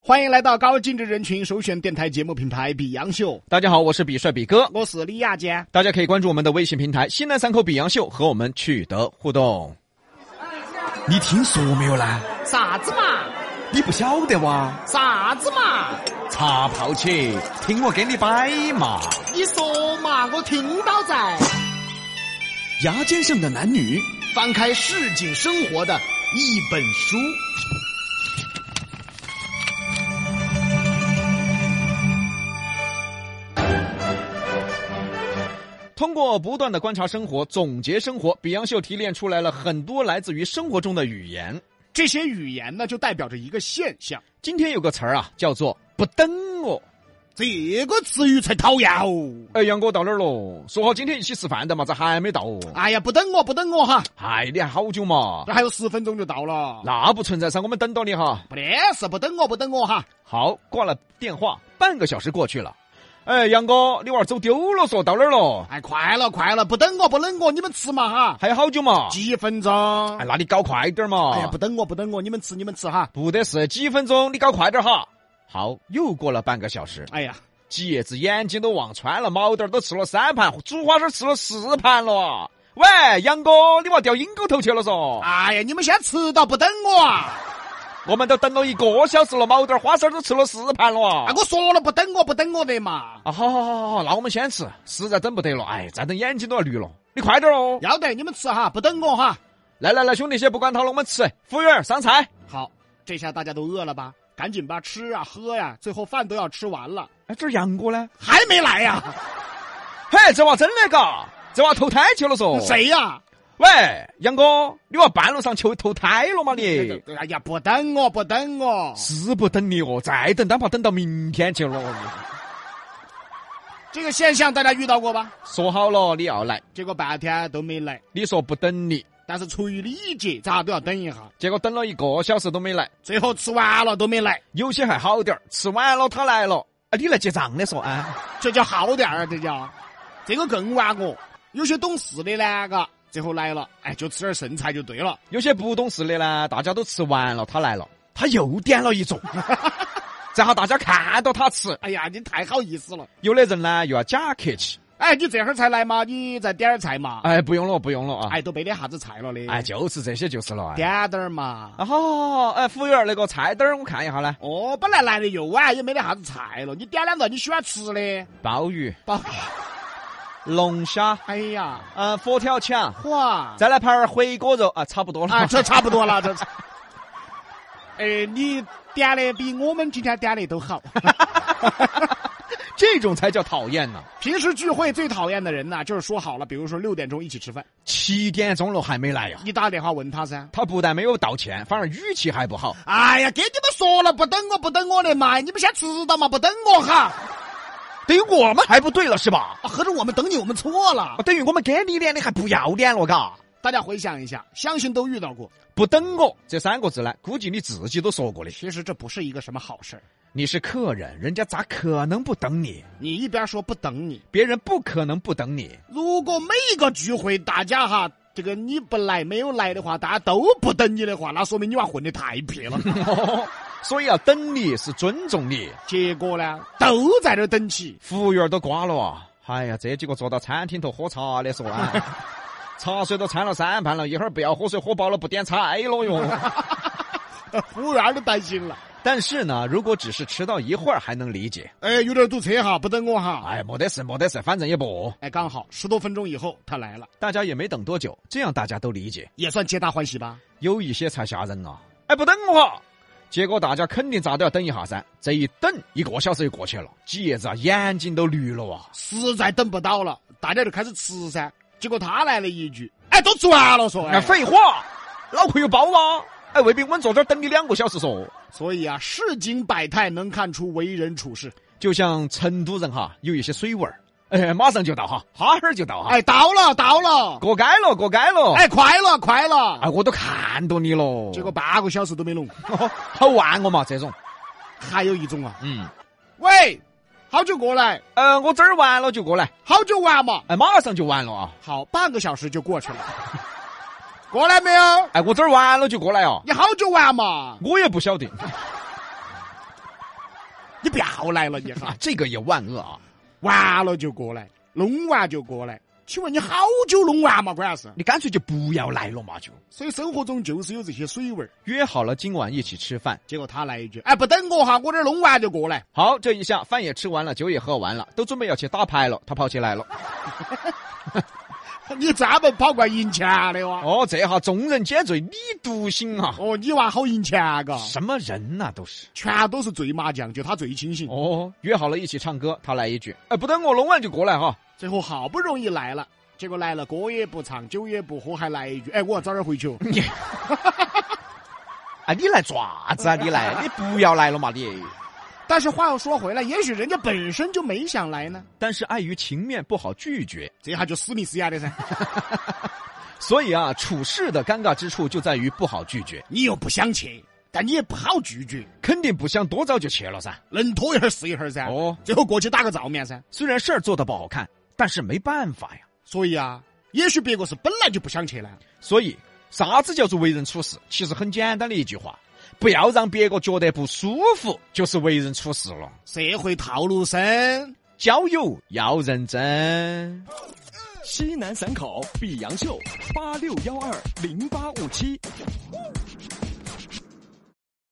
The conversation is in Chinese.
欢迎来到高净值人群首选电台节目品牌比洋秀，大家好，我是比帅比哥，我是李亚坚。大家可以关注我们的微信平台“西南三口比洋秀”，和我们取得互动。你听说没有呢？啥子嘛？你不晓得哇？啥子嘛？茶泡起，听我给你摆嘛。你说嘛，我听到在。牙尖上的男女，翻开市井生活的一本书。通过不断的观察生活、总结生活，比洋秀提炼出来了很多来自于生活中的语言。这些语言呢，就代表着一个现象。今天有个词儿啊，叫做“不等我这个词语才讨厌哦！”。哎，杨哥到哪儿了？说好今天一起吃饭的嘛，咋还没到哦？哎呀，不等我，不等我哈，嗨，你还好久嘛这？还有十分钟就到了。那不存在噻，我们等到你哈。不得是不等我，不等我哈。好，挂了电话，半个小时过去了。哎，杨哥，你娃儿走丢了嗦，到哪儿了？哎，快了，快了，不等我，不等我，你们吃嘛哈。还有好久嘛？几分钟？哎，那你搞快点儿嘛！哎呀，不等我，不等我，你们吃，你们吃哈。不得是几分钟，你搞快点儿哈。好，又过了半个小时，哎呀，戒指、眼睛都忘穿了，毛豆儿都吃了三盘，煮花生吃了四盘了。喂，杨哥，你娃掉阴沟头去了嗦？哎呀，你们先吃到不等我啊！我们都等了一个小时了，毛豆儿、花生儿都吃了四盘了。啊，我说了不等我，不等我的嘛。啊，好好好好好，那我们先吃，实在等不得了，哎，再等眼睛都要绿了。你快点 儿哦！要得，你们吃哈，不等我哈。来来来，兄弟些，不管他了，我们吃。服务员上菜。好，这下大家都饿了吧？赶紧吧，吃啊喝呀、最后饭都要吃完了，哎，这儿杨哥呢？还没来呀、嘿，这娃真那个，这娃投胎去了嗦。谁呀、喂，杨哥，你娃半路上求投胎了吗你？哎呀，不等我，不等我，是不等你哦，再等，哪怕等到明天去了。这个现象大家遇到过吧？说好了你要来，结果半天都没来，你说不等你，但是出于礼节，咋都要等一下。结果等了一个小时都没来，最后吃完了都没来，有些还好点儿，吃完了他来了，哎，你来结账的说啊？这叫好点儿啊，这叫，这个更玩我。有些懂事的呢，嘎，最后来了，哎，就吃点剩菜就对了。有些不懂事的呢，大家都吃完了，他来了，他又点了一桌，然后大家看到他吃，哎呀，你太好意思了。有的人呢又要假客气，哎，你这会儿才来嘛？你再点点菜嘛？哎，不用了，不用了啊，哎，都没得啥子菜了的。哎，就是这些就是了，哎，点点儿嘛。啊好好好，哎，服务员那个菜单儿我看一下呢，哦，本来来的又晚，也没得啥子菜了，你点两个你喜欢吃的。鲍鱼、宝，龙虾，哎呀，嗯，佛跳墙。哇，再来盘儿回锅肉啊，差不多了。啊，这差不多了，这。哎，你点的比我们今天点的都 好。 这种才叫讨厌呢、平时聚会最讨厌的人呐、就是说好了，比如说六点钟一起吃饭，七点钟了还没来呀、你打电话问他噻。他不但没有道歉，反而语气还不好。哎呀，给你们说了，不等我，不等我的嘛，你们先吃到嘛，不等我哈。对于我们还不对了是吧？啊合着我们等你，我们错了啊。等于我们给你脸，你还不要脸了嘎？大家回想一下，相信都遇到过。不等我这三个字呢，估计你自己都说过的。其实这不是一个什么好事儿。你是客人，人家咋可能不等你？你一边说不等你，别人不可能不等你。 如果每一个聚会大家哈，这个你不来没有来的话，大家都不等你的话，那说明你娃混的太撇了。所以要等你是尊重你。结果呢，都在这儿等起。服务员都瓜了啊！哎呀，这几个坐到餐厅头喝茶的说啊，茶水都掺了三盘了，一会儿不要喝水，喝饱了不点菜了哟。服务员都担心了，但是呢，如果只是迟到一会儿还能理解，哎，有点堵车哈，不等我哈。哎，没得事，没得事，反正也不饿，哎，刚好十多分钟以后他来了，大家也没等多久，这样大家都理解。也算皆大欢喜吧。有一些才吓人啊！哎，不等我，结果大家肯定咋都要等一下噻。这一等一个小时就过去了，姐子啊，眼睛都绿了啊！实在等不到了，大家就开始吃噻。结果他来了一句：“哎，都吃完了，说。”哎，废话，脑壳有包啊！哎，未必我们坐这儿等你两个小时嗦。所以啊，市井百态能看出为人处事。就像成都人哈，有一些水味儿，哎，马上就到哈，哈哈儿就到哈，哎，哎，到了，到了，过街了，过街了，哎，哎，快了，快了。哎，我都看到你了，结果半个小时都没弄。 好玩我嘛这种，还有一种啊，嗯，喂，好久过来，呃，我这儿完了就过来，好久玩嘛。哎，马上就完了啊，好，半个小时就过去了。 过来没有？哦 哎，我这儿完了就过来啊，你好久玩嘛？我也不晓得，不要来了，你哈啊，，这个也万恶啊！完了就过来，弄完就过来。请问你好久弄完嘛？关键是，你干脆就不要来了嘛，就所以生活中就是有这些水味儿。约好了今晚一起吃饭。结果他来一句：“哎，不等我哈，我这儿弄完就过来。好，这一下饭也吃完了，酒也喝完了，都准备要去打牌了，他跑起来了。”你专门跑过来赢钱的哇？ 哦，这下众人皆醉你独醒啊！哦，你娃好赢钱啊嘎，什么人呐、都是。全都是醉麻将，就他最清醒。哦，约好了一起唱歌，他来一句：“哎，不等我弄完就过来哈。最后好不容易来了，结果来了歌也不唱，酒也不喝，还来一句：“哎，我要早点回去哦。”你，哎，你来爪 子啊？你来，你不要来了嘛你。但是话又说回来，也许人家本身就没想来呢，但是碍于情面不好拒绝，这下就死命死压的噻。所以啊，处事的尴尬之处就在于不好拒绝，你又不想去，但你也不好拒绝，肯定不想多早就去了噻。能拖一会儿是一会儿噻。哦，最后过去打个照面噻。虽然事儿做的不好看，但是没办法呀。所以啊，也许别个是本来就不想去呢。所以，啥子叫做为人处事？其实很简单的一句话，不要让别个觉得不舒服，就是为人处事了。社会套路深，交友要认真。西南散口碧阳秀八六幺二零八五七。